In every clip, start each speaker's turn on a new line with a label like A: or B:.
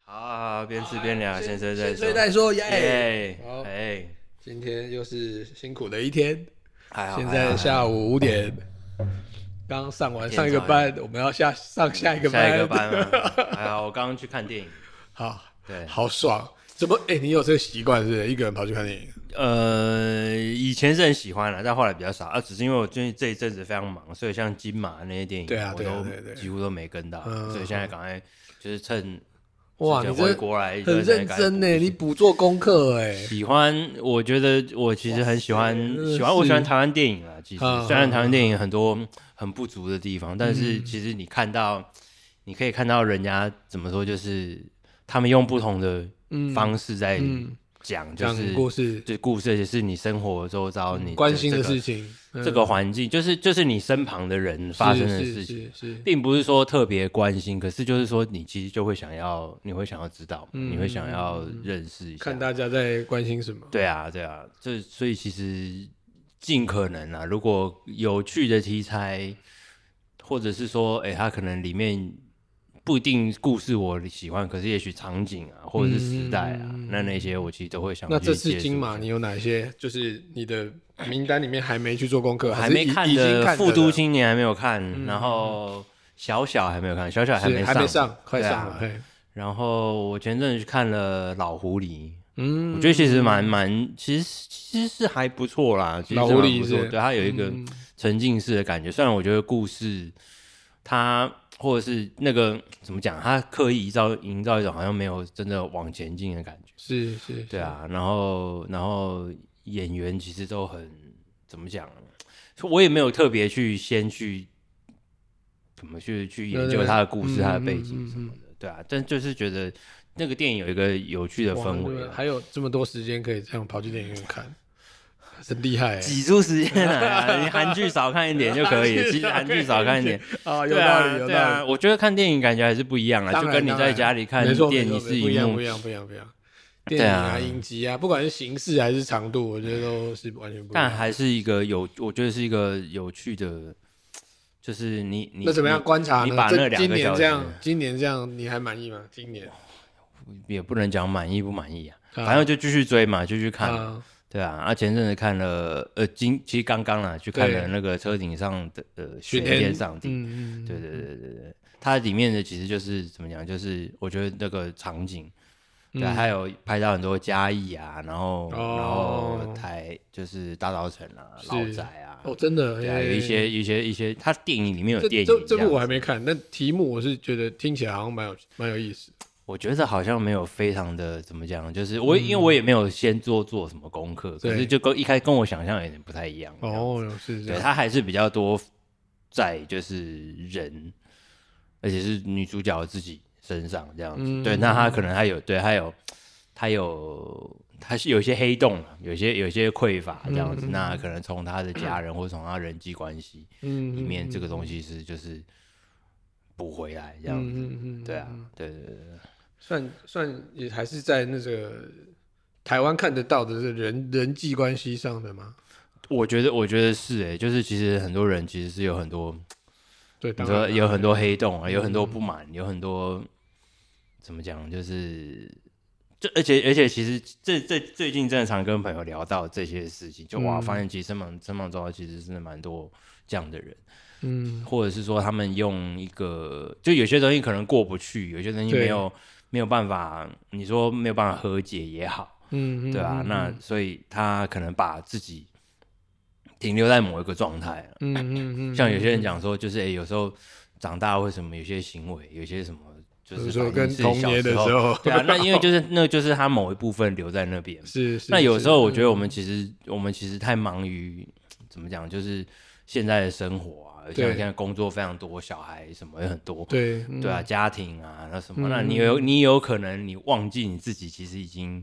A: 好，边吃边聊，先吹再
B: 先
A: 说
B: 吹。再说耶！
A: 耶，
B: 好
A: 哎，
B: 今天又是辛苦的一天，
A: 还好。
B: 现
A: 还
B: 在
A: 好
B: 下午五点，刚上完
A: 天
B: 哎上一个
A: 早
B: 班，我们要下上下一个班，
A: 下一个班吗？还好，我刚刚去看电影。
B: 好，
A: 对，
B: 好爽！怎么？哎、你有这个习惯是不是一个人跑去看电影？
A: 呃，以前是很喜欢的，但后来比较少啊，只是因为我最近这一阵子非常忙，所以像金马那些电影，
B: 对啊
A: 我
B: 对啊
A: 都
B: 对对
A: 几乎都没跟到，
B: 嗯
A: 所以现在赶快就是趁
B: 哇，
A: 之前
B: 你
A: 回
B: 这
A: 国来
B: 很认真呢，你补做功课哎、
A: 喜欢，我觉得我其实很喜欢
B: 哇塞真的，
A: 喜欢我喜欢
B: 是啊
A: 台湾电影啊。其实
B: 嗯
A: 虽然台湾电影很多很不足的地方，但是其实你看到，你可以看到人家怎么说，就是他们用不同的
B: 嗯
A: 方式在
B: 嗯，
A: 讲，就
B: 讲
A: 是
B: 故事，嗯
A: 对故事，也是你生活周遭你
B: 关心的
A: 这个
B: 事情，嗯
A: 这个环境，就是就是你身旁的人发生的
B: 是
A: 事情，
B: 是是是
A: 并不是说特别关心，可是就是说你其实就会想要，你会想要知道，
B: 嗯
A: 你会想要认识一下，
B: 看大家在关心什么。
A: 对啊，对啊，这所以其实尽可能啊，如果有趣的题材，或者是说，哎、它可能里面不一定故事我喜欢，可是也许场景啊，或者是时代啊，那那些我其实都会想去
B: 嗯那
A: 接触
B: 这
A: 一下。
B: 次金马你有哪些？就是你的名单里面还没去做功课，
A: 还
B: 是
A: 没
B: 已
A: 看
B: 已经
A: 的《
B: 看
A: 复
B: 了嗯
A: 都青年》还没有看，然后小小还没有看，小小还
B: 是
A: 没
B: 还没上，快
A: 对啊
B: 上了。嘿
A: 然后我前阵子去看了《老狐狸》，
B: 嗯
A: 我觉得其实蛮蛮，其实其实是还不错啦。其实
B: 老
A: 是
B: 狐
A: 蛮
B: 狸
A: 不错
B: 是嗯
A: 对它有一个沉浸式的感觉。虽然我觉得故事它或者是那个怎么讲，它刻意营造营造一种好像没有真的往前进的感觉。
B: 是是，
A: 对啊，然后然后演员其实都很怎么讲，我也没有特别去先去怎么去去研
B: 对
A: 究
B: 对
A: 他的故事、
B: 嗯
A: 他的
B: 嗯
A: 背
B: 嗯
A: 景
B: 嗯
A: 什么的。对啊，但就是觉得那个电影有一个有趣的
B: 哇
A: 氛
B: 你
A: 围
B: 们
A: 啊。
B: 还有这么多时间可以这样跑去电影院看，真厉害欸！
A: 挤出时间来 啊！你韩剧少看一点就可以 了，其实韩剧少看一点，
B: 啊，有
A: 对
B: 道
A: 啊，
B: 理，有
A: 对
B: 道
A: 啊，
B: 理。
A: 我觉得看电影感觉还是不一样啊，
B: 当
A: 就
B: 然
A: 跟你
B: 当
A: 在
B: 然
A: 家里看
B: 没错
A: 电
B: 没
A: 影
B: 错
A: 是
B: 不一
A: 一
B: 样，
A: 幕
B: 不一样，不一样，不一样。
A: 对
B: 电影啊，
A: 啊
B: 影集啊，不管是形式还是长度，我觉得都是完全不一
A: 但
B: 样。
A: 还是一个有，我觉得是一个有趣的，就是你你
B: 那怎么样观察
A: 你
B: 呢
A: 把？那
B: 这
A: 两
B: 今
A: 个
B: 年
A: 小
B: 这样
A: 时，
B: 今年这样，你还满意吗？今年
A: 你也不能讲满意不满意啊，
B: 啊
A: 反正就继续追嘛，继续看，
B: 啊，
A: 对啊。啊，前阵子看了，呃，今其实刚刚啦，去看
B: 对
A: 了那个车顶上的呃雪
B: 巡
A: 天
B: 天
A: 上帝，
B: 嗯嗯，
A: 对对对对对，它里面的其实就是怎么讲，就是我觉得那个场景，对啊，
B: 嗯
A: 还有拍到很多嘉义啊，然后、
B: 哦
A: 然后台就是大稻城啊、
B: 是
A: 老宅啊，
B: 哦，真的，
A: 对啊，
B: 欸
A: 有一些一些一些，它电影里面有
B: 这
A: 电影
B: 这这
A: 样
B: 部我还没看，但题目我是觉得听起来好像蛮有蛮有意思。
A: 我觉得好像没有非常的怎么讲，就是我、因为我也没有先做做什么功课，可是
B: 嗯对
A: 就跟一开跟我想象有点不太一样。哦，
B: 哦，是这
A: 对，
B: 样，
A: 它还是比较多在就是人，而且是女主角自己身上这样子。
B: 嗯
A: 对，那她可能还有对，还有她有她是有一些黑洞啊，有些有些匮乏这样子，那可能从她的家人或从她人际关系
B: 嗯，
A: 里
B: 嗯
A: 面，这个东西是就是补回来这样子。
B: 嗯嗯嗯，
A: 对啊，对对对。对
B: 算算也还是在那个台湾看得到的这人人际关系上的吗？
A: 我觉得，我觉得是诶、欸就是其实很多人其实是有很多，
B: 对，
A: 你
B: 当
A: 说
B: 然嗯
A: 有很多黑洞啊，有很多不满，有很多怎么讲，就是就而且而且其实这这最近正常跟朋友聊到这些事情，就哇，
B: 嗯
A: 发现其实身旁身旁周遭其实真的蛮多这样的人，
B: 嗯，
A: 或者是说他们用一个，就有些东西可能过不去，有些东西没有没有办法，你说没有办法和解也好。
B: 嗯嗯，
A: 对啊，
B: 嗯
A: 那所以他可能把自己停留在某一个状态了。
B: 嗯嗯嗯，
A: 像有些人讲说，就是哎、诶有时候长大会什么，有些行为，有些什么，就
B: 有
A: 是
B: 时候
A: 反
B: 跟
A: 映是
B: 童
A: 小
B: 年
A: 时
B: 的时
A: 候，
B: 候，
A: 对啊，那因为就是 那就是他某一部分留在那边。
B: 是是，嗯
A: 那有时候我觉
B: 得
A: 得我们其实我们其实太忙于怎么讲，就是现在的生活啊，像
B: 对
A: 现在工作非常多，小孩什么也很多，
B: 对
A: 对啊，家庭啊，那什么，
B: 嗯
A: 那你有你有可能你忘记你自己其实已经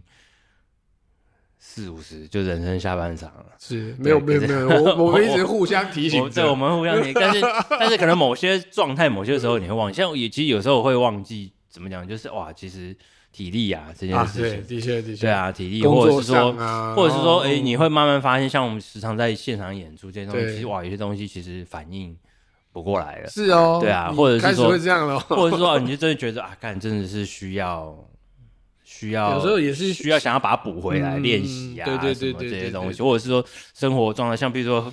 A: 四五十，就人生下半场了。
B: 是没有没有没有，我我们一直互相提
A: 我
B: 醒
A: 对，我
B: 着，
A: 们互 相提，但是但是可能某些状态，某些时候你会忘记，像也其实有时候我会忘记怎么讲，就是哇，其实体力啊这件
B: 啊，
A: 事
B: 对，
A: 情，
B: 的确的确，
A: 对，啊，体力，
B: 工
A: 或者
B: 作
A: 是说
B: 上啊，
A: 或者是说，
B: 哦
A: 哎、你会慢慢发现，像我们时常在现场演出这些东西，
B: 对
A: 其实哇，有些东西其实反应不过来 了，
B: 是哦，
A: 对啊
B: 你
A: 或者是
B: 开 始
A: 说
B: 会这样了，
A: 或者是说，你就真的觉得啊，干真的是需要需要
B: 有时候也是
A: 需要想要把它补回来
B: 嗯
A: 练习啊，
B: 对对对
A: 什么
B: 对
A: 这些
B: 对
A: 东
B: 对
A: 西，或者是说生活状态，像比如说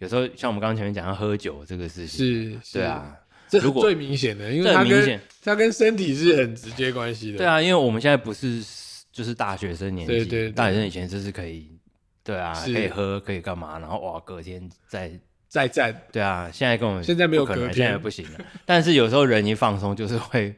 A: 有时候像我们刚刚前面讲到喝酒这个事情，
B: 是，是
A: 对，啊，
B: 这
A: 如果
B: 最明显的，因为
A: 这
B: 它
A: 很明
B: 跟
A: 显，
B: 它跟身体是很直接关系的。
A: 对啊，因为我们现在不是就是大学生年纪，
B: 对对对
A: 大学生以前就是可以，对啊，可
B: 是
A: 以喝可以干嘛，然后哇隔天再
B: 再战，
A: 对啊，现在跟我们
B: 现在没有
A: 不可能
B: 隔
A: 现
B: 天
A: 在不行了。但是有时候人一放松，就是会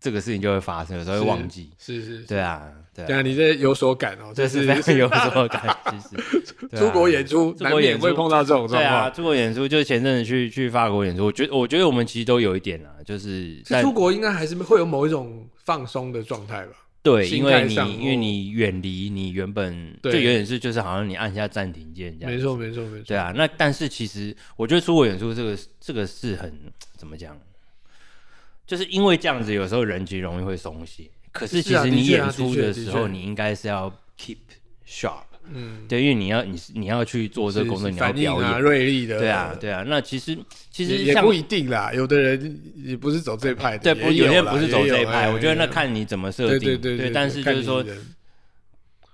A: 这个事情就会发生，有时候会
B: 是
A: 忘记。
B: 是是，
A: 对啊，对
B: 对
A: 啊，
B: 啊，你这有所感哦，
A: 这是
B: 是
A: 非常有所感，其实。对啊
B: 出国演出
A: 出国
B: 难免
A: 演
B: 会
A: 出
B: 碰到这种状
A: 对啊，
B: 况。
A: 出国演出就是前阵子去去法国演出，我觉得我觉得我们其实都有一点啊，就是
B: 是
A: 但
B: 出国应该还是会有某一种放松的状态吧？
A: 对，
B: 心
A: 因为
B: 态
A: 你
B: 上
A: 因为你远离你原本就
B: 对
A: 有点是就是好像你按下暂停键这样
B: 没。错，没错，没错。
A: 对啊，那但是其实我觉得出国演出这个这个是很怎么讲，就是因为这样子，有时候人其实容易会松懈。可是其
B: 是啊
A: 实
B: 的
A: 你
B: 确啊
A: 演出
B: 的确
A: 的
B: 的
A: 时
B: 确
A: 候，你应该是要 keep sharp，
B: 嗯，
A: 对，因为你要你是你要去做这个
B: 是
A: 工作，
B: 是
A: 你要
B: 反应
A: 表
B: 啊，
A: 演，
B: 锐利的，
A: 对啊，对啊。那其实其
B: 也
A: 实
B: 也
A: 像
B: 不一定啦，有的人也不是走这一派的，
A: 对，不有些
B: 些
A: 人不是走这一派，我觉得那看你怎么设
B: 哎对
A: 定，
B: 对对对，
A: 但是就
B: 看
A: 是
B: 你
A: 说，
B: 人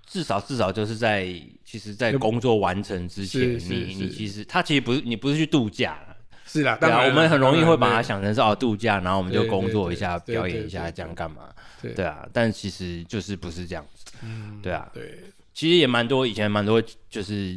A: 至少至少就是在其实，在
B: 有
A: 工作完成之前，
B: 是是
A: 你你
B: 是
A: 其实他其实不是你不是去度假啦
B: 是啦，
A: 对
B: 当
A: 啊，
B: 然
A: 我们很容易会把它
B: 它
A: 想成是哦度假，然后我们就
B: 对对
A: 工作一
B: 对
A: 下、
B: 对
A: 表
B: 对
A: 演一下，
B: 对
A: 这样干嘛？
B: 对嗯
A: 对啊，但其实就是不是这样子。对啊，
B: 对
A: 其实也蛮多，以前蛮多就是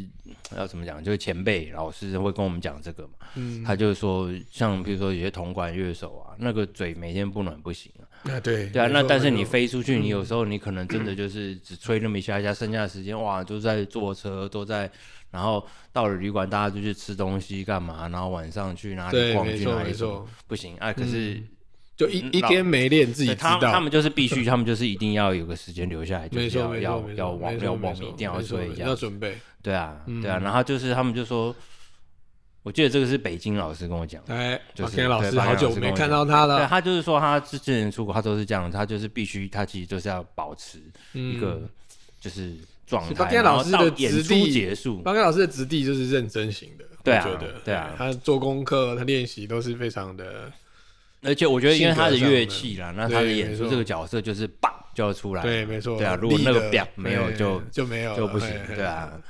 A: 要怎么讲，就是前辈老师会跟我们讲这个嘛。
B: 嗯
A: 他就是说，像比如说有些铜管乐手啊，那个嘴每天不暖不行啊。
B: 啊对
A: 对啊，
B: 没
A: 那
B: 错
A: 但是
B: 没
A: 你
B: 错嗯
A: 飞出去，你有时候你可能真 的就是只吹那么一下下，剩下的时间哇都在坐车，都在，然后到了旅馆大家就去吃东西干嘛，然后晚上去哪里
B: 对
A: 逛
B: 没
A: 去
B: 错
A: 哪里
B: 没
A: 什么
B: 错
A: 不行啊，可是
B: 就一一
A: 嗯老
B: 天没练自己
A: 对
B: 知
A: 他他
B: 道，
A: 们就是必 须，他们就是一定要有个时间留下来，就
B: 没
A: 是
B: 错
A: 要
B: 没
A: 要
B: 错没
A: 要
B: 错
A: 往要
B: 没错
A: 往
B: 没
A: 一
B: 错
A: 定要
B: 没错嗯
A: 睡
B: 没
A: 一
B: 错
A: 下
B: 要，准备，
A: 对啊对啊，然后就是他们就说，我记得这个是北京老师跟我讲的，
B: 哎，
A: 就是
B: 马天老
A: 对
B: 师
A: 马天
B: 好
A: 老师
B: 久没
A: 跟我讲
B: 看到他
A: 对啊
B: 了，
A: 他就是说他之前出国他都是这样，他就是必须他其实就是要保持一个就是状
B: 是
A: 态，
B: 巴天
A: 然后
B: 老师
A: 到
B: 的
A: 演
B: 质
A: 出
B: 地
A: 结束，
B: 巴克老师的子弟就是认真型的，
A: 对
B: 我
A: 啊
B: 觉得
A: 对啊
B: 他做功课他练习都是非常的，
A: 而且我觉得因为他的
B: 性格上的
A: 乐器啦，那他的
B: 对
A: 演
B: 没
A: 出
B: 错
A: 这个角色就是棒就要出来，
B: 对没错，
A: 对啊，如果
B: 立
A: 那个
B: 的
A: 表没有
B: 对
A: 就
B: 就没有了
A: 就不行
B: 嘿，嘿
A: 对啊，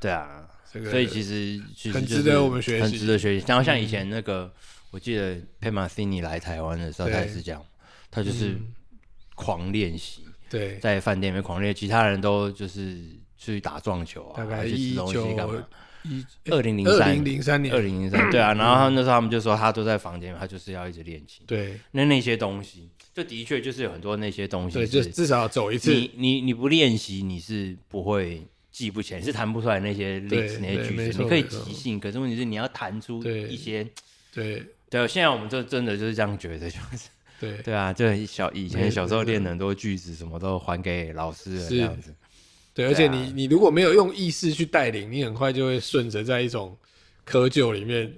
A: 对啊，
B: 这个
A: 所以其实其实
B: 很
A: 就
B: 值得
A: 是
B: 我们学习嗯
A: 很值得学习。然后像以前那个，我记得佩马西尼来台湾的时候，
B: 对嗯
A: 他也是这样，他就是狂练习，
B: 对，
A: 在饭店里面狂练，其他人都就是去打撞球啊，
B: 大概
A: 去吃
B: 一
A: 东
B: 九
A: 西干嘛。
B: 一
A: 二零零
B: 二
A: 三
B: 零，零三年，
A: 二零零三，对啊。然后他那时候他们就说，他都在房间，他就是要一直练琴。
B: 对
A: 那那些东西，就的确就是有很多那些东西
B: 对，就是至少走一次，
A: 你你你不练习，你是不会记不起来，你是弹不出来那些
B: 对
A: list 那些
B: 对
A: 句
B: 没
A: 子。
B: 错
A: 你可以
B: 没错
A: 即兴，可是问题是你要弹出
B: 对
A: 一些。
B: 对
A: 对，啊现在我们就真的就是这样觉得，就是
B: 对
A: 对啊，就很小以前
B: 没
A: 小时候练的很多句子，什么都还给老师了
B: 是
A: 这样子。
B: 对，而且
A: 啊
B: 你你如果没有用意识去带领，你很快就会顺着在一种窠臼里面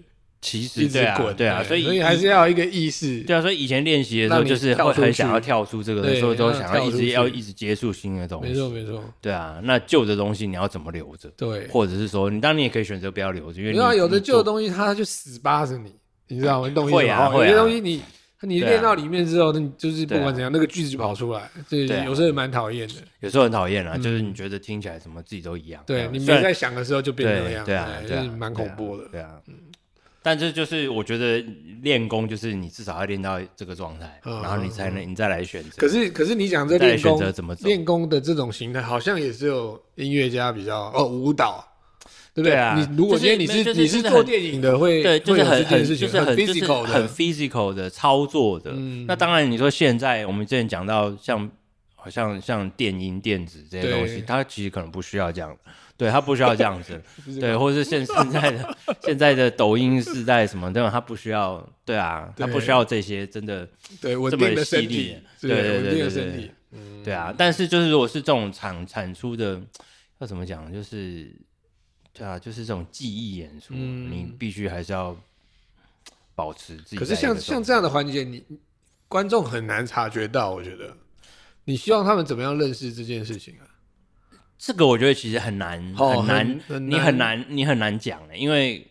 A: 其实
B: 一直
A: 对啊，
B: 滚，
A: 对啊，所以
B: 所以还是要一个意识，
A: 对啊，所以以前练习的时候
B: 让你
A: 就是
B: 跳
A: 会
B: 出
A: 很想要
B: 去
A: 跳出这个，
B: 对
A: 所以都
B: 让它
A: 想要一
B: 跳出
A: 直要
B: 去
A: 一直接触新的东
B: 没
A: 西。
B: 错没错，
A: 对啊，那旧的东西你要怎么留着？
B: 对。
A: 或者是说，你当然你也可以选择不要留着，因为
B: 你知道
A: 你
B: 有的
A: 你
B: 旧的
A: 做
B: 东西，它就死扒着你，你知道吗？你懂我
A: 会
B: 意思
A: 啊
B: 吗？
A: 会
B: 哦
A: 啊
B: 有些东西你你
A: 对啊
B: 练到里面之后，那你就是
A: 对啊
B: 不管怎样，那个句子就跑出来，所以
A: 对啊
B: 有时候也蛮讨厌的。
A: 有时候很讨厌啊，就是你觉得听起来怎么自己都一样，
B: 嗯对你没
A: 啊虽然
B: 在想的时候就变
A: 对
B: 那样，
A: 对啊，
B: 就
A: 对啊
B: 是蛮恐怖的。嗯
A: 对啊。对啊但这就是我觉得练功，就是你至少要练到这个状态，
B: 嗯
A: 然后你才能你再来选择。
B: 可是可是你讲这
A: 再来
B: 练
A: 选择
B: 功
A: 怎么走
B: 练功的这种形态，好像也只有音乐家比较哦舞蹈，对不
A: 对啊
B: 你如果
A: 就是
B: 今天你
A: 没有就是
B: 你
A: 就是是
B: 做
A: 很
B: 电影的，会
A: 对，就是
B: 会有
A: 很
B: 这件
A: 很
B: 事
A: 就
B: 情
A: 是很就是
B: physical
A: 很
B: 的，嗯
A: physical 的操作的。那当然，你说现在我们之前讲到像好像像电音电子这些东西，
B: 对
A: 它其实可能不需要这样，对，它不需要这样 子，对，或者是现现在的现在的抖音时代什么，对吧？它不需要，对啊，它
B: 对
A: 不需要这些，真的，
B: 对稳
A: 这么
B: 定的身
A: 犀利
B: 体
A: 的，
B: 是
A: 对对
B: 稳
A: 对
B: 定
A: 对
B: 的
A: 对
B: 身
A: 对
B: 体，嗯
A: 对啊。但是就是如果是这种产产出的，要怎么讲，就是对啊，就是这种记忆演出，
B: 嗯
A: 你必须还是要保持自己在一
B: 可
A: 个状态。
B: 是像像这样的环节，你你观众很难察觉到，我觉得。你希望他们怎么样认识这件事情啊？
A: 这个我觉得其实很难，
B: 哦
A: 很难，
B: 很很
A: 你
B: 难
A: 欸很难，你很难讲的，因为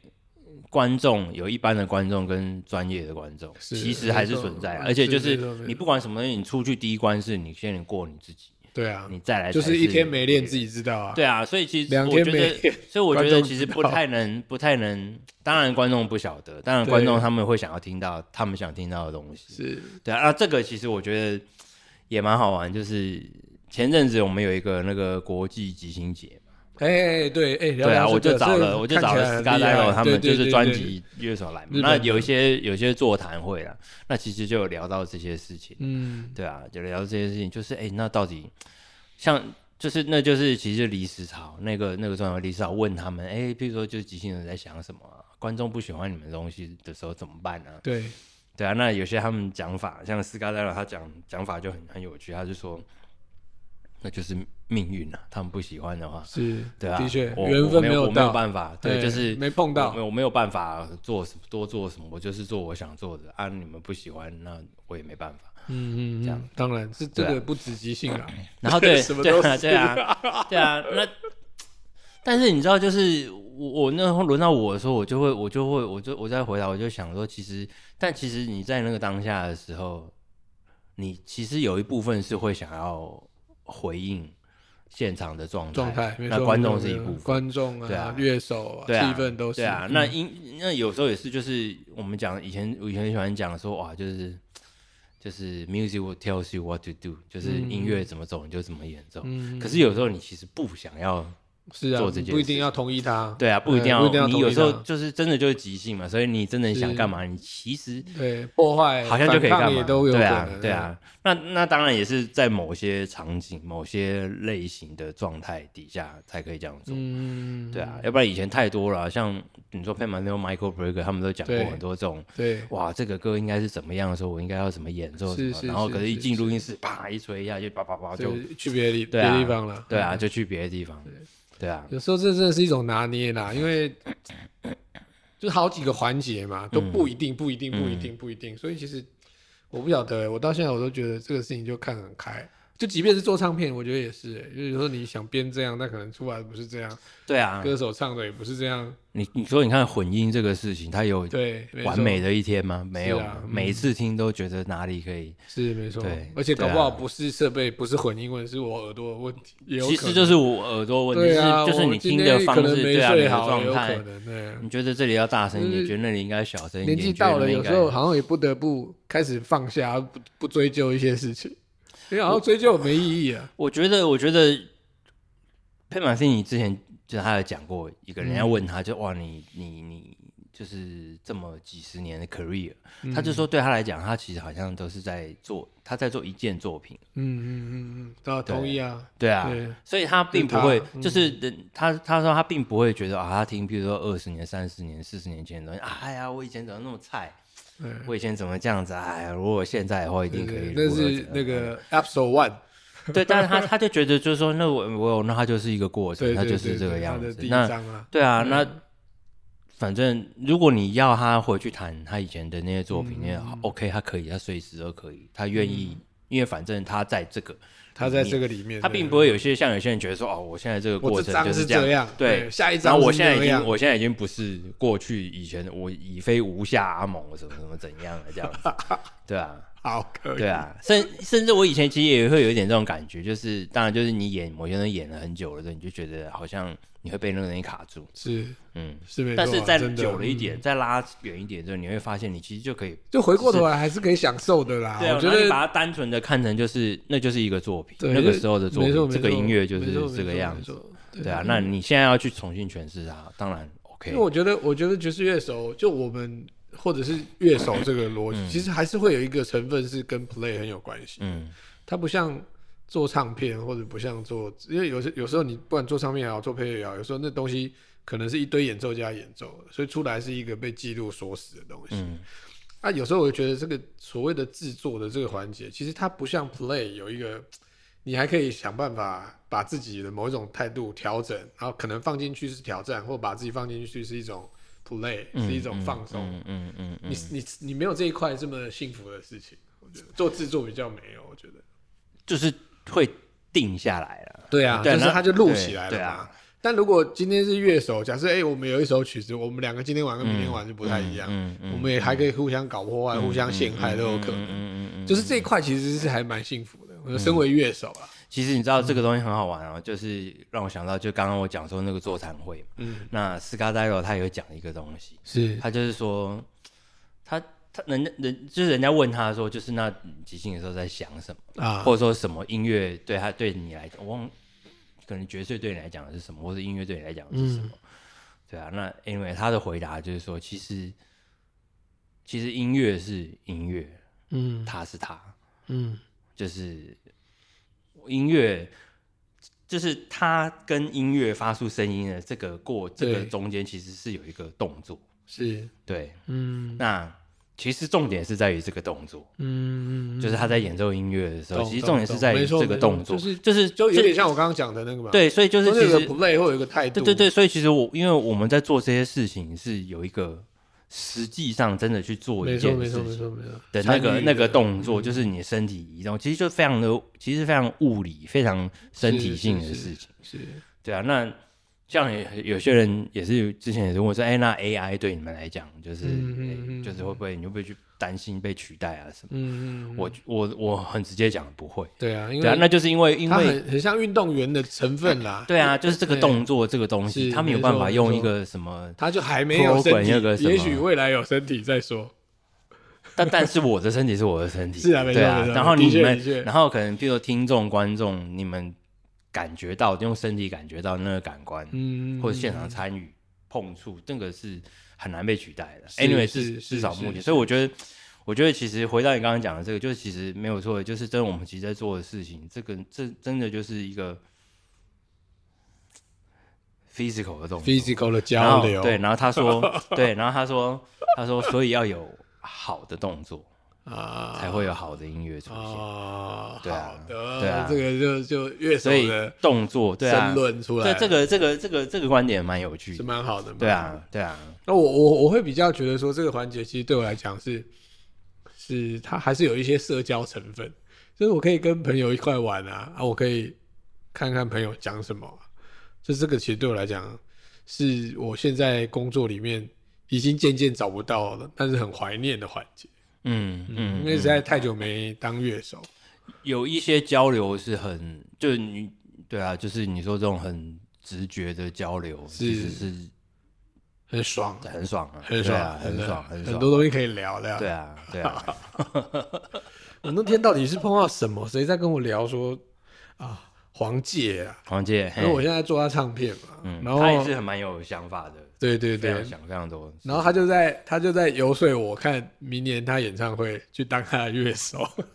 A: 观众有一般的观众跟专业的观众，
B: 是
A: 其实还是存在
B: 没
A: 啊，
B: 错
A: 而且就是是
B: 没错没错
A: 你不管什么东西，你出去第一关是你先过你自己，
B: 对啊，
A: 你再来
B: 就是
A: 才
B: 一天没练自己知道啊。
A: 对啊，所以其实
B: 两
A: 我
B: 天
A: 觉
B: 没
A: 得， 所以我觉
B: 观
A: 得
B: 众
A: 其实
B: 知
A: 不
B: 道
A: 太能，不太能。当然，观众不晓得，当然
B: 对
A: 观众他们会想要听到他们想听到的东西。
B: 是
A: 对啊，那这个其实我觉得也蛮好玩，就是前阵子我们有一个那个国际即兴节嘛，
B: 哎、对，哎、聊
A: 对啊，
B: 聊
A: 我
B: 这
A: 就
B: 个
A: 找了，我就找了 s c a d a l o 他们就是专，
B: 这个看起来很厉害对对对对对
A: 辑乐手来嘛，
B: 日本
A: 那
B: 的
A: 有一些有些座谈会啦，那其实就有聊到这些事情。
B: 嗯，
A: 对啊，就聊这些事情，就是哎、诶那到底像就是那就是其实李时潮那个那个专访，李时潮问他们，哎、譬如说就是即兴人在想什么啊、观众不喜欢你们的东西的时候怎么办呢、啊？
B: 对，
A: 对啊，那有些他们讲法，像斯卡戴尔他讲讲法就很很有趣，他就说那就是命运啊，他们不喜欢的话，
B: 是，
A: 对啊，
B: 的确，
A: 我
B: 缘
A: 我
B: 分
A: 没
B: 有
A: 我没有
B: 到，
A: 办法，对，
B: 哎
A: 就是
B: 没碰到
A: 我我没有办法做什么多做什么，我就是做我想做的啊，你们不喜欢那我也没办法。
B: 嗯嗯，
A: 这
B: 嗯
A: 样，
B: 当然是这
A: 对啊
B: 个不止即兴啊，
A: 然后对
B: 什么
A: 对
B: 都
A: 啊
B: 是
A: 对 啊对啊，那但是你知道，就是我我那时候轮到我的时候，我就会我就会我就我再回答，我就想说，其实但其实你在那个当下的时候，你其实有一部分是会想要回应现场的状态，
B: 状态，没
A: 那
B: 错，
A: 观
B: 没
A: 众
B: 错
A: 是一
B: 没
A: 部
B: 错
A: 分。
B: 观众
A: 对
B: 啊
A: 啊，
B: 乐手啊，
A: 对啊，
B: 气氛都是，
A: 对啊。那
B: 嗯
A: 因那有时候也是，就是我们讲以前我以前喜欢讲说哇，就是就是 music will tells you what to do，就是
B: 嗯
A: 音乐怎么走你就怎么演奏。
B: 嗯，
A: 可是有时候你其实不想要，
B: 是啊
A: 做这，件
B: 不一
A: 事
B: 定要同意他，
A: 对啊，不一定
B: 哎
A: 要，
B: 不一定要
A: 你
B: 同意
A: 有时候
B: 他
A: 就是真的就是即兴嘛，所以你真的想干嘛，你其实
B: 对，破坏
A: 好像就可以
B: 哎
A: 干
B: 反抗
A: 嘛，
B: 也都有可
A: 对啊
B: 能，，
A: 对，啊。那那当然也是在某些场景、某些类型的状态底下才可以这样做，
B: 嗯，
A: 对啊，，要不然以前太多了啊、像你说 Pan m a n e Michael Breaker 他们都讲过
B: 对
A: 很多这种。
B: 对，
A: 哇，这个歌应该是怎么样的时候，我应该要怎么演奏什
B: 是
A: 么，
B: 是
A: 然后
B: 是
A: 可是一
B: 是
A: 进录音室，啪一吹一下就叭叭叭就，
B: 就去别的地别
A: 对啊
B: 的地方了，
A: 对啊，就去别的地方，对啊，
B: 有时候这真的是一种拿捏啦，因为就是好几个环节嘛，
A: 嗯
B: 都不一定，不一定，不一定，不一定。所以其实我不晓得欸、我到现在我都觉得这个事情就看很开。就即便是做唱片，我觉得也是欸、就是说你想编这样，但可能出来的不是这样，
A: 对啊，
B: 歌手唱的也不是这样。
A: 你你说你看混音这个事情，它有
B: 对，没错
A: 完美的一天吗？没有啊，
B: 嗯
A: 每一次听都觉得哪里可以，
B: 是没错
A: 对。
B: 而且搞不
A: 对啊
B: 好不是设备，不是混英文，是我耳朵的问题，也有
A: 其实
B: 可能
A: 就是我耳朵问题，
B: 对啊，
A: 就是就是
B: 我
A: 你
B: 今
A: 听的
B: 天
A: 方
B: 可能
A: 式，
B: 没
A: 对啊，你
B: 睡
A: 的
B: 好也
A: 状
B: 有
A: 态
B: 可，能对。啊
A: 你觉得这里要大声一
B: 就
A: 点，
B: 是
A: 觉得那里应该小声一
B: 年
A: 点，
B: 纪到
A: 觉得
B: 了，
A: 那应
B: 有
A: 该
B: 时候好像也不得不开始放下，不不追究一些事情，因为好像追究没意义 啊。
A: 我觉得，我觉得佩马斯你之前就是他有讲过，一
B: 嗯
A: 个人要问他就哇，你你你就是这么几十年的 career，、他就
B: 嗯
A: 说对他来讲，他其实好像都是在做他在做一件作品，
B: 嗯嗯嗯嗯，啊，同意啊，
A: 对啊，
B: 对
A: 所以他并不会
B: 对他，嗯
A: 就是人他他说他并不会觉得啊，他听比如说二十年、三十年、四十年前的东西，啊哎呀，我以前怎么那么菜，
B: 对嗯
A: 我以前怎么这样子，哎呀，如果现在的话一定可以
B: 对对那
A: 如何怎
B: 是
A: 样
B: 那个 Episode One，
A: 对，但是他他就觉得就是说，那我我有那他就是一个过程，
B: 对
A: 他
B: 对
A: 就
B: 对
A: 是
B: 对，
A: 这个
B: 他
A: 样
B: 的
A: 子
B: 第。一
A: 那
B: 章啊，
A: 对啊，那反正如果你要他回去谈他以前的那些作品，那些
B: 嗯
A: 好 OK，他可以，他随时都可以，他愿意，因为反正他在这个，
B: 他在这个里面，
A: 他并不会有些像有些人觉得说，哦，我现在这个
B: 对我
A: 过
B: 这
A: 程
B: 章
A: 就是样，
B: 样，
A: 对，
B: 下一
A: 然
B: 章
A: 后
B: 是
A: 我现在
B: 那
A: 已经，
B: 样
A: 我现在已经不是过去以前我以非无下阿蒙什么什么怎样了这样子， 对啊，
B: 好可以，
A: 对啊，甚甚至我以前其实也会有一点这种感觉，就是当然就是你演某些东西演了很久了之后，你就觉得好像你会被那个东西卡住，
B: 是
A: 嗯，
B: 是没错啊，
A: 但是再
B: 真的
A: 久了一点，再拉远一点之后，你会发现你其实就可以，
B: 嗯就回过头来还是可以享受的啦。
A: 对啊，
B: 我觉
A: 然后你
B: 得
A: 把它单纯的看成就是那就是一个作品，
B: 对
A: 那个时候的作
B: 没错
A: 品，
B: 没
A: 这个
B: 错
A: 音乐就
B: 没
A: 是
B: 错没
A: 这个
B: 错
A: 样
B: 没
A: 子，
B: 错
A: 对啊，那你现在要去重新诠释它，当然 OK，
B: 因为我觉得，我觉得爵士乐手就我们或者是乐手这个逻辑，其实还是会有一个成分是跟 play 很有关系。
A: 嗯，
B: 它不像做唱片，或者不像做，因为有时有时候你不管做唱片也好，做配乐也好，有时候那东西可能是一堆演奏家演奏的，所以出来是一个被记录锁死的东西。
A: 嗯
B: 啊，有时候我就觉得这个所谓的制作的这个环节，其实它不像 play 有一个，你还可以想办法把自己的某一种态度调整，然后可能放进去是挑战，或把自己放进去是一种 play，、是一种放松。
A: 嗯嗯嗯嗯，
B: 你你你没有这一块这么幸福的事情，我觉得做制作比较没有，我觉得。
A: 就是会定下来了。
B: 对啊，
A: 对
B: 就是
A: 那
B: 它就录起来了
A: 对
B: 嘛。
A: 啊
B: 但如果今天是乐手，假设哎、我们有一首曲子，我们两个今天玩跟明天玩就不太一样，
A: 嗯嗯
B: 我们也还可以互相搞破坏、互相陷害都有可能。
A: 嗯嗯嗯，
B: 就是这一块其实是还蛮幸福的。我说身为乐手啊，
A: 其实你知道这个东西很好玩哦，就是让我想到，就刚刚我讲说那个座谈会嘛，
B: 嗯，
A: 那斯卡戴罗他有讲一个东西，
B: 是
A: 他就是说，他他人家人就是人家问他说，就是那即兴的时候在想什么，
B: 啊，
A: 或者说什么音乐对他对你来讲，我忘可能爵士对你来讲的是什么，或者音乐对你来讲的是什
B: 嗯
A: 么，对啊。那 anyway，他的回答就是说，其实其实音乐是音乐，
B: 嗯
A: 他是他，
B: 嗯
A: 就是音乐，就是他跟音乐发出声音的这个过这个
B: 对
A: 中间，其实是有一个动作。
B: 是
A: 对，
B: 嗯
A: 那其实重点是在于这个动作，
B: 嗯，
A: 就是他在演奏音乐的时候，
B: 懂
A: 其实重点是在
B: 懂
A: 于
B: 没错
A: 这个动作，
B: 没错就是
A: 就是
B: 就有点
A: 这
B: 像我刚刚讲的那个嘛，，
A: 对，所以就是是其
B: 有个
A: 实
B: play 或有一个态
A: 对
B: 度，
A: 对对，所以其实我因为我们在做这些事情是有一个实际上真的去做一
B: 没错
A: 件
B: 没
A: 事
B: 错没
A: 情。
B: 错没错
A: 的那个
B: 参与嗯
A: 那个动作，就是你身体移动，其实就非常的，其实非常物理、非常身体性的
B: 是是
A: 事情。
B: 是
A: 对啊，那像有有些人也是之前也是问我说，哎、那 AI 对你们来讲，就是、
B: 嗯嗯
A: 哎
B: 嗯
A: 就是会不会你会不会去担心被取代啊什么？
B: 嗯嗯，
A: 我我我很直接讲不会，
B: 对啊，因
A: 对啊，
B: 为
A: 那就是因为因
B: 它
A: 为
B: 很很像运动员的成分啦，
A: 对啊，就是这个
B: 对
A: 动作这个东西，
B: 是
A: 他们有
B: 没
A: 办
B: 错
A: 法
B: 没
A: 用
B: 错
A: 一个什么？
B: 他就还没有
A: 脱轨
B: 身
A: 那个
B: 体，
A: 什么
B: 也许未来有身体再说。
A: 但但是我的身体是我的身体，
B: 是啊没错
A: 对啊
B: 没。错
A: 然后
B: 的
A: 你
B: 确
A: 们
B: 的确，
A: 然后可能比如说听众、观众，你们感觉到用身体感觉到那个感官，
B: 嗯
A: 或者现场参与碰触，这个是很难被取代的。
B: 是
A: anyway，
B: 是
A: 至
B: 是
A: 至少目前，
B: 是
A: 所以我觉得，我觉得其实回到你刚刚讲的这个，就是其实没有错，就是真的我们其实在做的事情，这个这真的就是一个 physical 的动作
B: physical 的
A: 然
B: 交
A: 后
B: 流，
A: 对，然后他说，对，然后他说，他说，所以要有好的动作，
B: 啊，
A: 才会有好的音乐出现。
B: 啊，
A: 对啊
B: 好的，
A: 对啊
B: 这个就就乐手
A: 所以
B: 的
A: 动作，对啊
B: 争，论出来
A: 这
B: 了，
A: 这个这个这个这个观点蛮有趣
B: 是
A: 的，
B: 蛮好的，
A: 对。啊，对啊，
B: 那我我我会比较觉得说，这个环节其实对我来讲是，是它还是有一些社交成分，就是我可以跟朋友一块玩啊，啊，我可以看看朋友讲什么啊、就这个其实对我来讲，是我现在工作里面已经渐渐找不到了，但是很怀念的环节，
A: 嗯嗯，
B: 因为实在太久没当乐手，
A: 有一些交流是很，就是你对啊，就是你说这种很直觉的交流，其实是
B: 很爽，
A: 很爽啊，
B: 很
A: 对
B: 爽，
A: 啊，很
B: 真的
A: 爽，很
B: 很
A: 爽，
B: 多东西可以聊的。
A: 对啊，对 啊，
B: 我那天到底是碰到什么？谁在跟我聊说啊，黄姐啊？
A: 黄姐，嘿
B: 因为我现在在做他唱片嘛，
A: 嗯，
B: 然后
A: 他也是很蛮有想法的，
B: 对对
A: 非常
B: 对，
A: 想非常多，
B: 然后他就在他就在游说我看明年他演唱会去当他的乐手，
A: 哦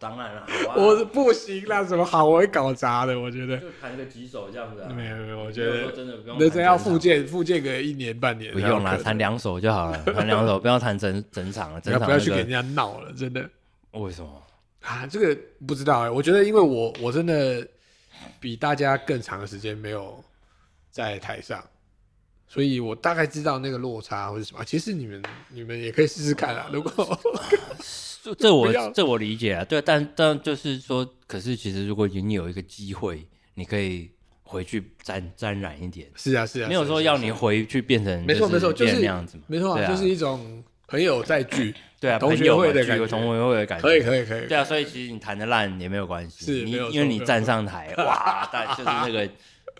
A: 当然了，好啊
B: 我说不行啦，什么好我会搞砸的， 我觉得
A: 就弹个几首这样子啊，
B: 没有没有，我
A: 我
B: 觉得
A: 真的不用弹整
B: 那
A: 场，
B: 真要复健复健个一年半年，
A: 不用啦，
B: 然后可
A: 弹两首就 好了，弹两首，不要弹整整场了，
B: 不
A: 整
B: 要
A: 场
B: 不要
A: 那
B: 去
A: 个
B: 给人家闹了，真的
A: 为什么？
B: 啊，这个不知道哎、我觉得因为我我真的比大家更长的时间没有在台上。所以我大概知道那个落差或者什么，其实你们你们也可以试试看
A: 哦
B: 啊。如果
A: 这这
B: 不要
A: 我这我理解啊，对，但但就是说，可是其实如果你有一个机会，你可以回去沾沾染一点，
B: 是啊，是啊，
A: 没有
B: 是啊
A: 说
B: 是啊
A: 要
B: 是啊
A: 你回去变成
B: 没错
A: 是
B: 没错，就
A: 变
B: 是
A: 那样子嘛，
B: 没错
A: 对啊，
B: 就是一种朋友在聚，
A: 对啊，
B: 同
A: 朋
B: 学
A: 友嘛
B: 会的
A: 聚
B: 感
A: 会
B: 觉
A: 同学会的感觉，
B: 可以可以可以，
A: 对啊，所以其实你弹的烂也没有关系，
B: 是
A: 你
B: 没有
A: 因为
B: 错
A: 你
B: 没有
A: 站上 台，哇，但就是那个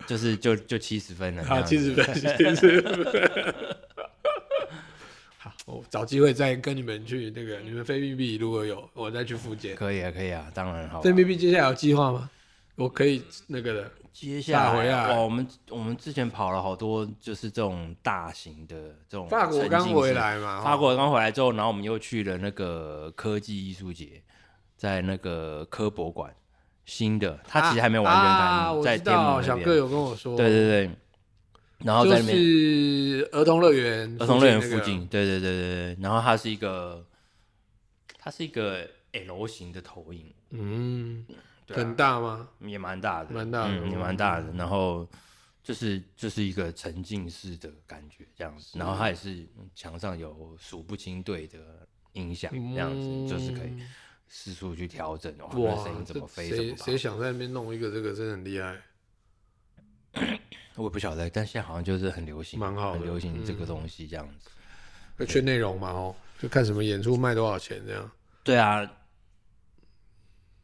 A: 就是就就七十分了，
B: 好，
A: 这
B: 七
A: 样子
B: 十 分，七十分。 好，我找机会再跟你们去那个，你们非 B B 如果有，我再去复健。
A: 可以啊，可以啊，当然好啊。
B: 非 B B 接下来有计划吗？我可以那个的，
A: 接下
B: 大回
A: 来啊
B: 来
A: 哇，我们我们之前跑了好多就是这种大型的这种
B: 法国
A: 沉
B: 刚
A: 浸
B: 回
A: 式
B: 来嘛，
A: 法
B: 哦
A: 国刚回来之后，然后我们又去了那个科技艺术节，在那个科博馆，新的，它其实还没有完全
B: 啊
A: 开
B: 啊
A: 幕，
B: 我
A: 在
B: 知
A: 天母
B: 道
A: 那
B: 小哥
A: 边。
B: 有跟我说，
A: 对对对，然后
B: 就
A: 在那边
B: 是儿童乐园，
A: 儿童乐园
B: 那个
A: 附近，对对对对对，然后它是一个，它是一个 L 型的投影，
B: 嗯，
A: 对啊
B: 很大吗？
A: 也蛮大的，
B: 蛮大的哦
A: 嗯，也蛮大的。然后就是就是一个沉浸式的感觉这样子，然后它也是嗯墙上有数不清对的音响，这样子就是可以
B: 嗯
A: 四处去调整，哇，那
B: 哇，
A: 声音怎
B: 这
A: 么飞怎
B: 谁
A: 么
B: 谁
A: 跑。
B: 想在那边弄一个这个，真的很厉害。
A: 我也不晓得，但现在好像就是很流行，
B: 蛮好的嗯
A: 很流行这个东西这样子。
B: 会圈内容嘛哦，就看什么演出卖多少钱这样。
A: 对啊，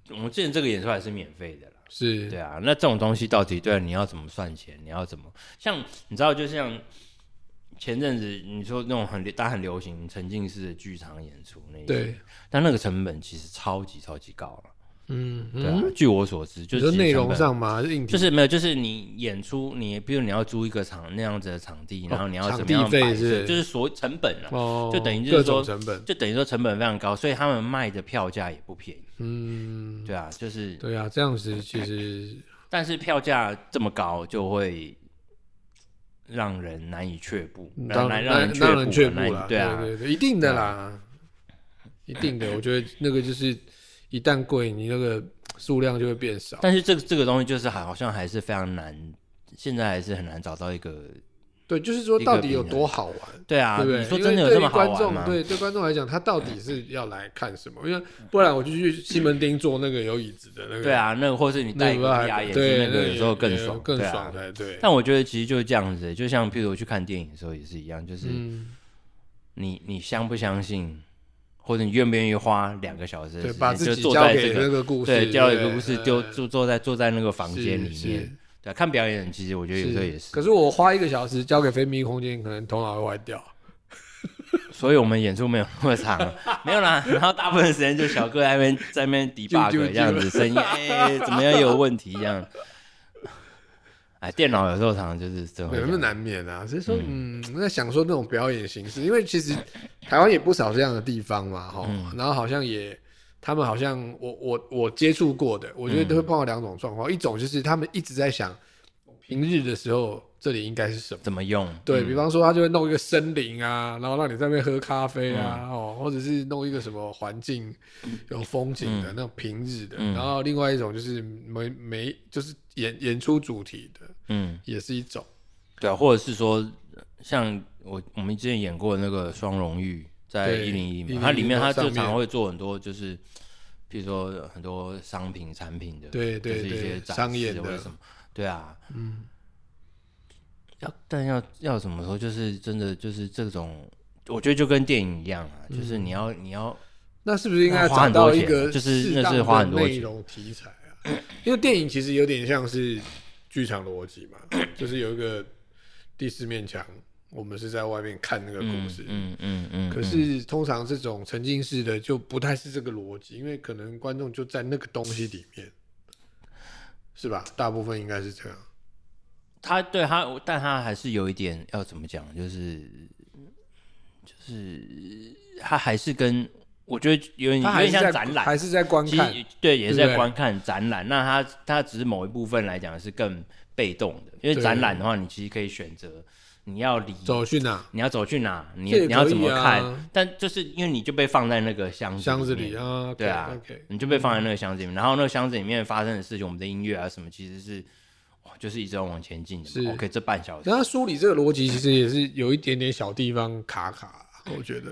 A: 我们之前这个演出还是免费的啦。
B: 是，
A: 对啊，那这种东西到底对你要怎么算钱？你要怎么像你知道，就像前阵子你说那种很大家很流行沉浸式的剧场演出那一种，
B: 对，啊
A: 但那个成本其实超级超级高了。
B: 嗯，
A: 对啊
B: 嗯，，
A: 据我所知，就
B: 你
A: 是
B: 说
A: 其实
B: 内
A: 成
B: 容
A: 本
B: 上嘛，还是硬体
A: 就是没有，就是你演出，你比如你要租一个场那样子的场地，
B: 哦
A: 然后你要
B: 场
A: 怎么
B: 地
A: 样
B: 费
A: 摆
B: 是不
A: 设，
B: 是
A: 就是所成本啊，
B: 哦，
A: 就等于就是
B: 各
A: 说
B: 种成本。
A: 就等于说成本非常高，所以他们卖的票价也不便宜。
B: 嗯，
A: 对啊，就是，
B: 对啊，这样子其实
A: 但是票价这么高，就会让人难以却步，
B: 嗯当
A: 难让
B: 然
A: 人却
B: 让人却
A: 步啊，难
B: 步
A: 以
B: 了，
A: 对啊，
B: 对对，一定的啦，一定的。我觉得那个就是一旦贵，你那个数量就会变少。
A: 但是这个这个东西就是好像还是非常难，现在还是很难找到一个，
B: 对，就是说
A: 一个
B: 到底有
A: 平衡
B: 多好玩？
A: 对啊，
B: 对不对？
A: 你说
B: 因
A: 真的有
B: 为对
A: 这
B: 于
A: 么好
B: 观
A: 玩
B: 众
A: 吗？
B: 对对观众来讲，他到底是要来看什么？因为不然我就去西门町坐那个有椅子的那个，
A: 对，啊，那个或是你戴
B: 那
A: 一
B: 个
A: 个
B: 还
A: VR 眼镜，
B: 对
A: 那个有时候更
B: 也
A: 爽，
B: 更
A: 对啊
B: 爽才对。
A: 但我觉得其实就是这样子，就像譬如我去看电影的时候也是一样，就是
B: 嗯，
A: 你你相不相信，或者你愿不愿意花两个小时的
B: 对，
A: 时
B: 把
A: 间，
B: 自
A: 就
B: 己
A: 坐
B: 交
A: 在
B: 给
A: 这
B: 那
A: 个
B: 个故事，
A: 对，交给
B: 对
A: 一个故事，就
B: 嗯
A: 就坐在坐在那个房间里
B: 是
A: 面
B: 是，
A: 对啊，看表演其实我觉得有时候也是
B: 可，是我花一个小时交给非密空间，可能头脑会坏掉。
A: 所以我们演出没有那么长， 没有啦，然后大部分时间就小哥在那边在那边 debug 这样子，声音哎怎么样有问题这样，哎，电脑有时候常常就是这
B: 对，那
A: 种，
B: 难免啊。所以说，嗯，那想说那种表演形式，因为其实台湾也不少这样的地方嘛，哈、
A: 嗯
B: 然后好像也，他们好像我我我接触过的，我觉得都会
A: 嗯
B: 碰到两种状况，一种就是他们一直在想，平日的时候这里应该是什么。
A: 怎么用？
B: 对
A: 嗯
B: 比方说，他就会弄一个森林啊，然后让你在那边喝咖啡啊，
A: 嗯
B: 哦，或者是弄一个什么环境有风景的、那种平日的，
A: 嗯
B: 然后另外一种就是没没就是演演出主题的，
A: 嗯。
B: 也是一种。
A: 对啊，或者是说，像我我们之前演过那个双荣誉在
B: 对
A: 一零一嘛
B: 101，
A: 它里面它
B: 上
A: 就
B: 面
A: 常会做很多，就是譬如说很多商品产品的，
B: 对
A: 就
B: 对
A: 是一些
B: 对
A: 展
B: 商
A: 示
B: 业的
A: 或者什么，对啊，嗯，要但要要怎么说，就是真的就是这种，我觉得就跟电影一样啊，就是你要你要
B: 那是不是应该找到一个适当的内容题材啊？因为电影其实有点像是剧场逻辑嘛，就是有一个第四面墙，我们是在外面看那个故
A: 嗯
B: 事。
A: 嗯嗯嗯，
B: 可是通常这种沉浸式的就不太是这个逻辑，因为可能观众就在那个东西里面，是吧？大部分应该是这样。
A: 他对他，但他还是有一点要怎么讲，就是就是他还是跟我觉得有点
B: 他
A: 有
B: 还
A: 点
B: 是
A: 像
B: 在
A: 展
B: 还
A: 览，啊
B: 是在观
A: 其
B: 看，
A: 实对也是
B: 对
A: 在
B: 不对
A: 观看展览。那他他只是某一部分来讲是更被动的，因为
B: 对
A: 展览的话，你其实可以选择你要离
B: 走去哪？
A: 你要走去哪，你
B: 这也
A: 你要
B: 可以
A: 怎么
B: 啊
A: 看，但就是因为你就被放在那个箱子
B: 箱子
A: 面
B: 里嗯啊，
A: 对啊
B: o k
A: 你就被放在那个箱子里面，然后那个箱子里面发生的事情，我们的音乐啊什么，其实是哇，就是一直要往前进的
B: 是
A: 嘛。OK，这半小时
B: 然后梳理这个逻辑，其实也是有一点点小地方卡卡，我觉得。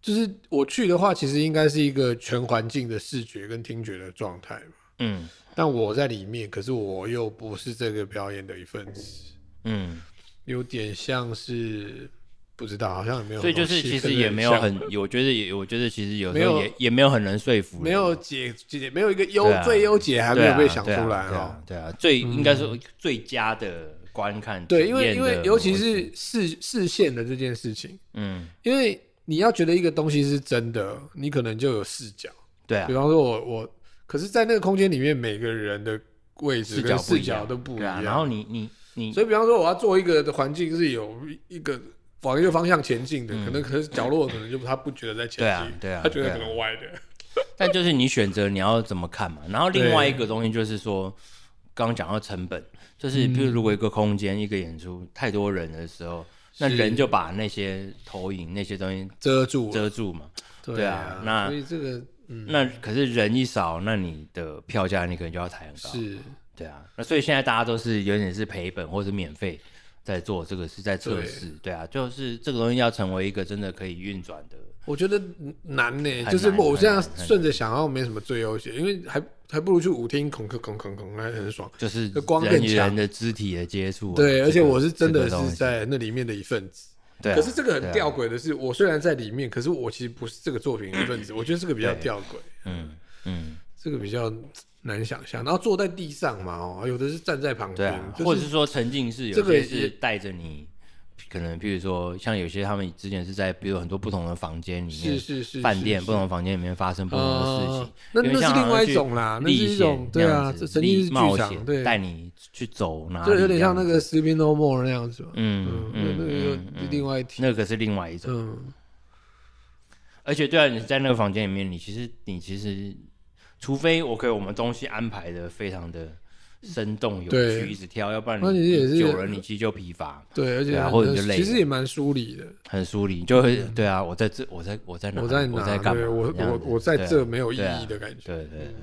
B: 就是我去的话，其实应该是一个全环境的视觉跟听觉的状态嘛。
A: 嗯
B: 但我在里面，可是我又不是这个表演的一份子，
A: 嗯，
B: 有点像是不知道，好像也没有
A: 所以
B: 很多
A: 就
B: 细分的
A: 是
B: 项目。
A: 其实也没有很，我觉得也我觉得其实有时候
B: 没有
A: 也也没有很能说服人，
B: 没有解解没有一个优
A: 对啊
B: 最优解，还没
A: 对
B: 有
A: 啊
B: 被想出来
A: 对啊。
B: 哦
A: 对啊，对啊最应该说最佳的观看啊
B: 对，
A: 体
B: 因为
A: 验
B: 因
A: 的
B: 为尤其
A: 模式
B: 是视视线的这件事情，
A: 嗯
B: 因为你要觉得一个东西是真的，你可能就有视角。
A: 对啊
B: 比，方说我我，可是，在那个空间里面，每个人的位置
A: 视
B: 跟
A: 角
B: 视
A: 一
B: 角
A: 样
B: 都不一
A: 对啊
B: 样。
A: 然后你你你
B: 所以比方说，我要做一个的环境是有一个往一个方向前进的，可能可是角落可能就他不觉得在前进，
A: 对啊嗯对啊
B: 他觉
A: 对
B: 得
A: 啊
B: 可能歪的。
A: 但就是你选择你要怎么看嘛。然后另外
B: 对
A: 一个东西就是说，刚刚讲到成本，就是
B: 嗯
A: 譬如如果一个空间、一个演出太多人的时候，那
B: 是
A: 人就把那些投影那些东西
B: 遮住了，
A: 遮住嘛。
B: 对
A: 对啊那
B: 所以这个嗯
A: 那可是人一少，那你的票价你可能就要抬很高。
B: 是
A: 对啊，那所以现在大家都是有点是赔本或者免费在做这个，是在测试。对啊，就是这个东西要成为一个真的可以运转的。
B: 我觉得难呢、
A: 很
B: 就是
A: 难
B: 我
A: 很
B: 现在
A: 难很
B: 顺着想，好像没什么最优解，因为还还不如去舞厅恐恐恐恐恐，还很爽。
A: 就是
B: 这光
A: 人
B: 更
A: 与
B: 强
A: 人的肢体的接触啊、
B: 对，
A: 这
B: 而且
A: 个
B: 我是真的
A: 这个东
B: 是
A: 西
B: 在那里面的一份子。
A: 对啊、
B: 可是这个很
A: 对啊
B: 吊诡的是，我虽然在里面，可是我其实不是这个作品的一份子。我觉得这个比较吊诡，
A: 嗯嗯，
B: 这个比较难想象。然后坐在地上嘛，哦，有的是站在旁
A: 对
B: 边，
A: 啊，
B: 就是
A: 或者是说沉浸式，
B: 这
A: 有
B: 个
A: 些
B: 也
A: 是带着你，可能譬如说像有些他们之前是在比如很多不同的房间里
B: 是
A: 面。
B: 是是
A: 饭店不
B: 能
A: 同的房间里面发生不同的事情，
B: 啊，那
A: 因为
B: 那
A: 像
B: 是
A: 好像
B: 另外一
A: 去
B: 种啦，那是
A: 历
B: 一
A: 险
B: 种
A: 这
B: 对
A: 样
B: 啊，
A: 子
B: 这神
A: 历
B: 经是剧
A: 冒
B: 场，
A: 险
B: 对，
A: 带你去走哪里，
B: 就有点像那个《Sleeping No More》那样子嘛。
A: 嗯
B: 嗯，那
A: 嗯
B: 那个又
A: 嗯嗯
B: 另外一题，
A: 那个是另外一种，
B: 嗯，
A: 而且对啊，你在那个房间里面，你其实你其实，除非我给我们东西安排的非常的生动有
B: 对
A: 趣，一直跳，要不然
B: 那你也是
A: 久了你其实就疲乏，
B: 对，而
A: 对
B: 且
A: 啊或者
B: 很
A: 你就累
B: 其实也蛮疏离的。
A: 很疏离，你就会对啊，我在这，我在我在哪里，
B: 嗯我
A: 嗯我
B: 在哪？
A: 干嘛？
B: 对我
A: 这样
B: 我
A: 子
B: 我在这，没有意
A: 对啊
B: 义的感觉。
A: 对啊对对对，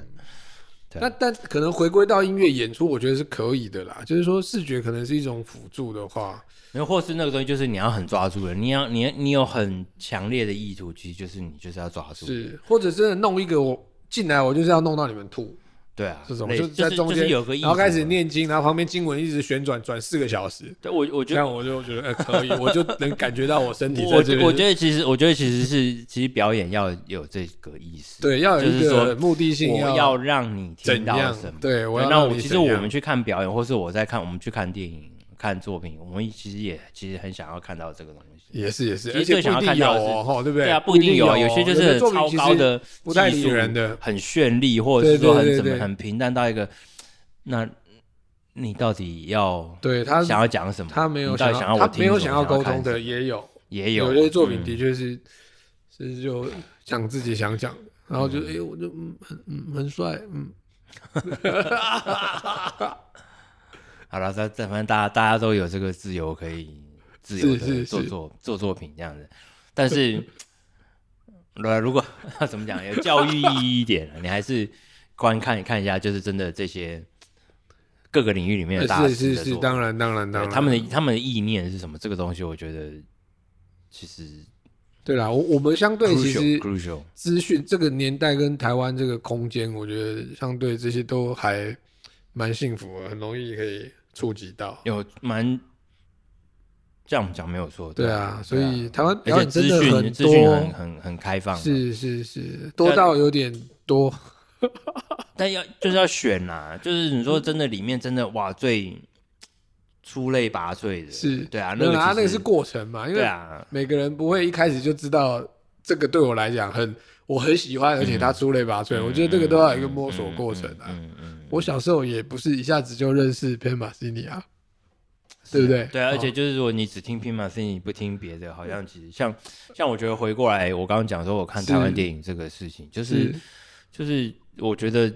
A: 对啊
B: 那但可能回归到音乐演出，我觉得是可以的啦。就是说，视觉可能是一种辅助的话，
A: 然后或是那个东西，就是你要很抓住了，你要你你有很强烈的意图，其实就是你就是要抓住，
B: 是或者真的弄一个我进来，我就是要弄到你们吐
A: 对啊，
B: 这种，
A: 类
B: 就
A: 就是
B: 在中
A: 就
B: 间
A: 是有个意图，啊
B: 然后开始。念经，然后旁边经文一直旋转转四个小时，
A: 对，我我觉得
B: 这样我就觉得呃可以，我就能感觉到我身体
A: 我
B: 在这边。
A: 我觉得其实，我觉得其实是，其实表演要有这个意思，
B: 对，要有一
A: 就是
B: 个
A: 说
B: 目的性
A: 我
B: 要，
A: 要让你听
B: 怎
A: 到
B: 样
A: 什么。
B: 对我要
A: 那
B: 让
A: 我
B: 你
A: 其实
B: 怎
A: 我
B: 样
A: 们去看表演，或是我在看我们去看电影、看作品，我们其实也其实很想要看到这个东西。
B: 也是也是，
A: 其
B: 而
A: 实最
B: 且不
A: 想
B: 一
A: 要看
B: 定有
A: 到的
B: 哦，
A: 是
B: 吼对不
A: 对
B: 对？
A: 啊，不一定有啊，
B: 有
A: 有些就是
B: 作品
A: 超
B: 其
A: 高
B: 实
A: 的
B: 不太
A: 技
B: 理
A: 术
B: 人的
A: 很绚丽，或者
B: 对
A: 是说
B: 对
A: 很
B: 对
A: 怎么
B: 对
A: 很平淡到一个，那你到底要
B: 对他
A: 想要讲什么？
B: 他没有
A: 你到
B: 想
A: 底想
B: 要，
A: 我
B: 他
A: 听
B: 没有
A: 什
B: 想
A: 么
B: 要
A: 要
B: 沟
A: 看
B: 通
A: 什
B: 的
A: 么，
B: 也有，
A: 也有
B: 有些作品
A: 嗯
B: 的确是是就讲自己想讲，然后就哎，我就嗯很嗯很帅，嗯，
A: 好了，咱咱反正大家大家都有这个自由，可以自由
B: 是
A: 的
B: 是
A: 做
B: 是
A: 作做作品这样子。但是，呃，如果 怎么讲，有教育意义一点，啊你还是观看看一下，就是真的这些各个领域里面的大
B: 呃哎是
A: 师
B: 是
A: 的
B: 是，
A: 作
B: 当然当然当
A: 对
B: 然，
A: 他们的他们的意念是什么？这个东西，我觉得其实
B: 对啦，我我们相对其
A: crucial
B: 实
A: crucial，
B: 资讯这个年代跟台湾这个空间，我觉得相对这些都还蛮幸福的，很容易可以触及到。
A: 有蛮这样讲没有错，
B: 对啊，所以台湾表
A: 而且
B: 演
A: 资
B: 真的
A: 讯资讯很
B: 多，
A: 很很开放，啊
B: 是是是，多到有点多。
A: 但要就是要选啦、就是你说真的里面真的哇最出类拔萃的，
B: 是，
A: 对啊，
B: 没
A: 那
B: 有
A: 个
B: 啦
A: 其
B: 那个
A: 实
B: 是过程嘛，因
A: 对
B: 为
A: 啊，
B: 每个人不会一开始就知道这个对我来讲很我很喜欢，而且他出类拔萃，我觉得这个都要有一个摸索过程啊。
A: 嗯嗯，
B: 我小时候也不是一下子就认识偏马西尼啊，对不对？
A: 对啊，而且
B: 哦
A: 就是如果你只听拼马斯，你不听别的，好像其实像像我觉得回过来，我刚刚讲说我看台湾
B: 是
A: 电影这个事情，就是
B: 是
A: 就是我觉得。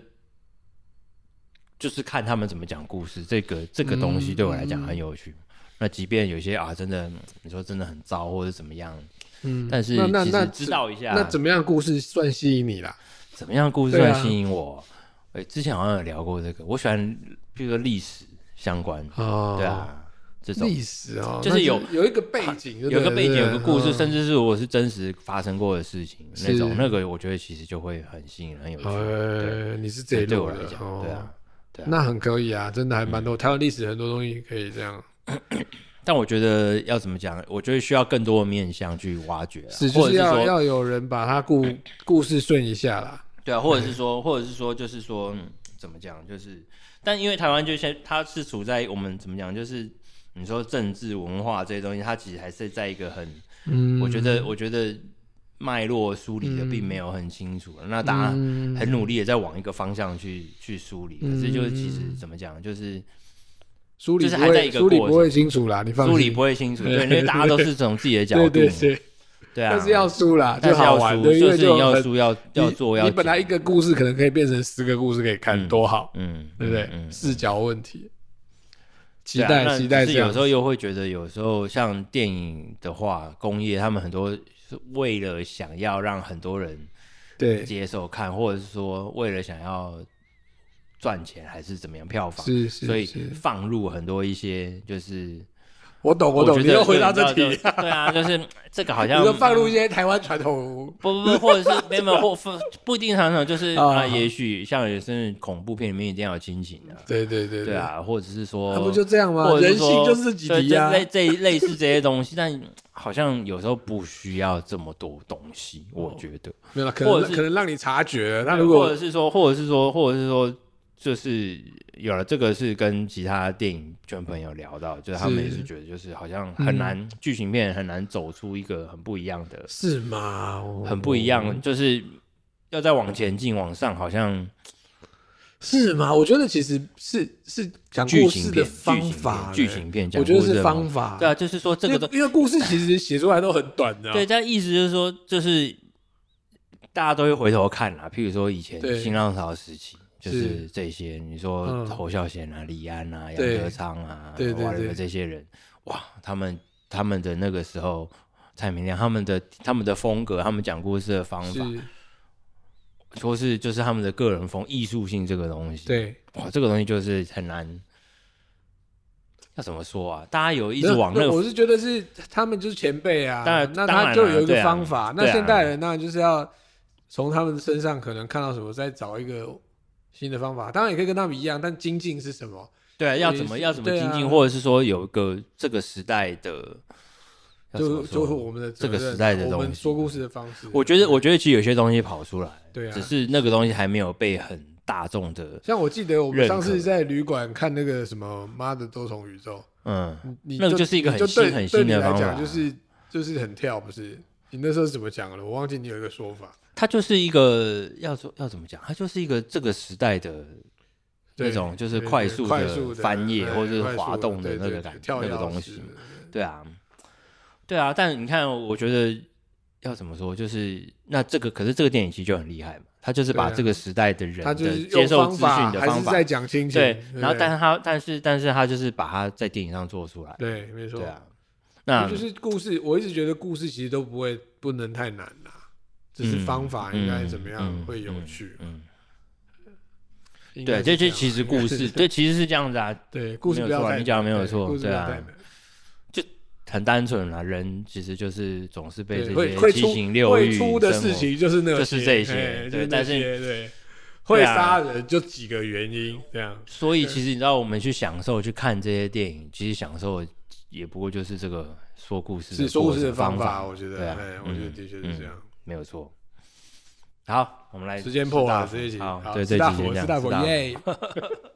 A: 就是看他们怎么讲故事，这个这个东西
B: 嗯
A: 对我来讲
B: 嗯
A: 很有趣。那即便有些啊，真的你说真的很糟或者怎么样，
B: 嗯，
A: 但是
B: 那那
A: 其
B: 那
A: 实知道一下，
B: 那怎么样的故事算吸引你啦？
A: 怎么样故事
B: 对
A: 算
B: 啊
A: 吸引我？哎、之前好像有聊过这个，我喜欢，比如说历史相关，
B: 哦，
A: 对，啊，这种
B: 历史哦，
A: 就是
B: 那
A: 有
B: 有一个背景，
A: 有个背景，有个故事，甚
B: 至
A: 至是我是真实发生过的事情那
B: 是
A: 种，那个我觉得其实就会很吸引人，很有趣。对
B: 呃，你是这一
A: 对
B: 路
A: 我
B: 的
A: 来讲，
B: 哦
A: 对啊，对啊。嗯
B: 那很可以啊，真的还蛮多，台湾历史很多东西可以这样。
A: 啊但我觉得要怎么讲，我觉得需要更多的面向去挖掘啊，
B: 是，就
A: 或
B: 是
A: 者
B: 要
A: 说
B: 要有人把他故故事顺一下啦。
A: 对啊，或
B: 哎
A: 者是说，或者是说，就是说，嗯怎么讲？就是，但因为台湾就现它是处在我们怎么讲？就是你说政治文化这些东西，它其实还是在一个很，
B: 嗯，
A: 我觉得，我觉得脉络梳理的并没有很清楚。那大家
B: 嗯
A: 很努力的在往一个方向去去梳理，可是就是其实
B: 嗯
A: 怎么讲？就是
B: 梳理
A: 就是
B: 不
A: 还在一
B: 会
A: 个
B: 梳理
A: 过
B: 不会清楚啦，你放心。
A: 梳理不会清楚，对，因为大家都是从自己的角度
B: 对
A: 嘛，
B: 对对，
A: 对啊，
B: 但是要输啦，
A: 但
B: 就是好
A: 要
B: 玩
A: 梳，
B: 对，因
A: 就
B: 为
A: 是
B: 就
A: 要
B: 很
A: 梳要
B: 你
A: 要做要
B: 你本来
A: 讲
B: 一个故事可能可以变成十个故事可以看，多好，
A: 嗯，
B: 对不对
A: 嗯？嗯
B: 视角问题，期
A: 对啊那
B: 待期待
A: 就
B: 这
A: 是有
B: 样
A: 时。候又会觉得，有时候像电影的话，工业他们很多是为了想要让很多人
B: 对，
A: 接受看，或者是说为了想要赚钱还是怎么样票房，
B: 是是
A: 所以
B: 是，
A: 放入很多一些就是
B: 我懂，我懂，
A: 觉
B: 你
A: 得
B: 又回答
A: 对
B: 这
A: 你知道
B: 题，
A: 就对啊，就是 这个好
B: 你
A: 像嗯
B: 说放入一些台湾传统，
A: 不不不，或者 是没有没有或不不一定常常就是
B: 啊
A: 啊，也许像有些恐怖片里面一定要有亲情啊，
B: 对对对
A: 对，啊，或者是说
B: 那不就这样吗？
A: 或者
B: 人
A: 说
B: 性就是几
A: 对
B: 题啊呀
A: 这，类这一类似这些东西，但好像有时候不需要这么多东西，
B: 哦
A: 我觉得。
B: 没有啦，可
A: 或者
B: 能
A: 是
B: 可能让你察觉。那
A: 对
B: 如
A: 或
B: 果
A: 者是说，或者是说，或者是说，就是有了这个是跟其他电影圈朋友聊到，就是他们也
B: 是嗯
A: 是觉得，就是好像很难剧、情片很难走出一个很不一样的，
B: 是吗？我
A: 很不一
B: 哦
A: 样，就是要再往前进往上，好像
B: 是吗？我觉得其实是是讲
A: 剧
B: 故
A: 情
B: 事的
A: 片
B: 方法，
A: 剧情片，剧情片讲
B: 我觉得
A: 故事
B: 是
A: 的
B: 方法。
A: 对啊，就是说这
B: 因为
A: 个都
B: 因为故事其实写出来都很短的啊，
A: 对，但意思就是说，就是大家都会回头看啦。譬如说以前
B: 对
A: 新浪潮时期，就是是这些，你说
B: 嗯
A: 侯孝贤啊、李安啊、杨
B: 对
A: 德昌啊、
B: 对对
A: 哇
B: 对
A: 这些人，哇，他们他们的那个时候，蔡明亮他们的他们的风格，他们讲故事的方法，
B: 是，
A: 说是就是他们的个人风、艺术性这个东西，，
B: 对，
A: 哇，这个东西就是很难。要怎么说啊？大家有一
B: 一
A: 直往那个
B: 我是觉得是他们就是前辈啊，
A: 当然
B: 那
A: 当
B: 他
A: 然
B: 就
A: 啦
B: 有一
A: 对
B: 个
A: 啊
B: 方法，那
A: 对啊
B: 现代人当然就是要从他们身上可能看到什么，再找一个新的方法。当然也可以跟他们一样，但精进是什么？
A: 对啊，要怎
B: 也
A: 么
B: 是
A: 要怎么
B: 对
A: 精进，
B: 啊
A: 或者是说有一个这个时代的，要怎
B: 就
A: 么说
B: 就是我们的责
A: 这个
B: 任
A: 时代的
B: 我们
A: 东西
B: 说故事的方式。
A: 我觉得我觉得其实有些东西跑出来，
B: 对啊
A: 只，是那个东西还没有被很大众的，
B: 像我记得我们
A: 认
B: 上次
A: 可
B: 在旅馆看那个什么《妈的多重宇宙》，
A: 嗯，
B: 你
A: 那个
B: 就
A: 就是一个
B: 你
A: 很
B: 就
A: 新
B: 对
A: 很
B: 对
A: 新
B: 你
A: 的
B: 来
A: 方
B: 讲，
A: 法，啊
B: 就是就是很跳，不是？你那时候是怎么讲了？我忘记你有一个说法。
A: 它就是一个要说要怎么讲，它就是一个这个时代的那
B: 对
A: 种就是
B: 对对
A: 快速
B: 快速
A: 的翻页
B: 哎
A: 或者是
B: 快速
A: 滑动的
B: 对
A: 那
B: 对
A: 个
B: 对
A: 感
B: 跳
A: 那个
B: 跃
A: 东
B: 式
A: 西
B: 的，
A: 对啊，对啊，但你看，我觉得要怎么说，就是那这个，可是这个电影其实就很厉害嘛，他就是把
B: 对啊
A: 这个时代的人
B: 他就
A: 的
B: 是
A: 接
B: 用
A: 受
B: 方
A: 资
B: 法
A: 讯的
B: 还
A: 方
B: 是
A: 法，
B: 在讲亲情，
A: 对，
B: 不
A: 然后但是他但是但是他就是把它在电影上做出来，
B: 对，没错
A: 对，啊，那
B: 就是故事，我一直觉得故事其实都不会不能太难啦，只是
A: 嗯
B: 方法应该
A: 嗯
B: 怎么样
A: 嗯
B: 会有
A: 嗯
B: 趣。
A: 嗯，
B: 应该
A: 对，
B: 是
A: 这
B: 这
A: 这
B: 样
A: 其实
B: 应该
A: 故
B: 是
A: 事，对，其实是这样子啊，
B: 对故事
A: 没有
B: 不要
A: 错啊
B: 太
A: 你讲的
B: 难
A: 没有
B: 对
A: 错
B: 故事
A: 对
B: 不要
A: 啊
B: 太难
A: 很单纯啦，人其实就是总是被
B: 对，
A: 这
B: 会
A: 些
B: 会
A: 七
B: 出
A: 情六
B: 会
A: 欲
B: 出的
A: 生
B: 事
A: 活
B: 情就是那些，
A: 就是这些
B: 哎
A: 对
B: 就是那
A: 但是
B: 些对会
A: 啊
B: 杀人就几个原因这样，
A: 所以其实你知道，我们去享受去看这些电影，其实享受的也不过就是这个说故事的
B: 是说故事
A: 的
B: 的方
A: 法，
B: 我觉
A: 对
B: 得，
A: 啊
B: 哎，
A: 嗯
B: 我觉得的确是这样。
A: 没有错。好，我们来
B: 时间破了，
A: 四
B: 这
A: 大
B: 一集
A: 好，
B: 好
A: 对，
B: 四
A: 这
B: 大
A: 集
B: 火，
A: 先
B: 四
A: 这
B: 大
A: 样。四
B: 火，
A: 大
B: 耶！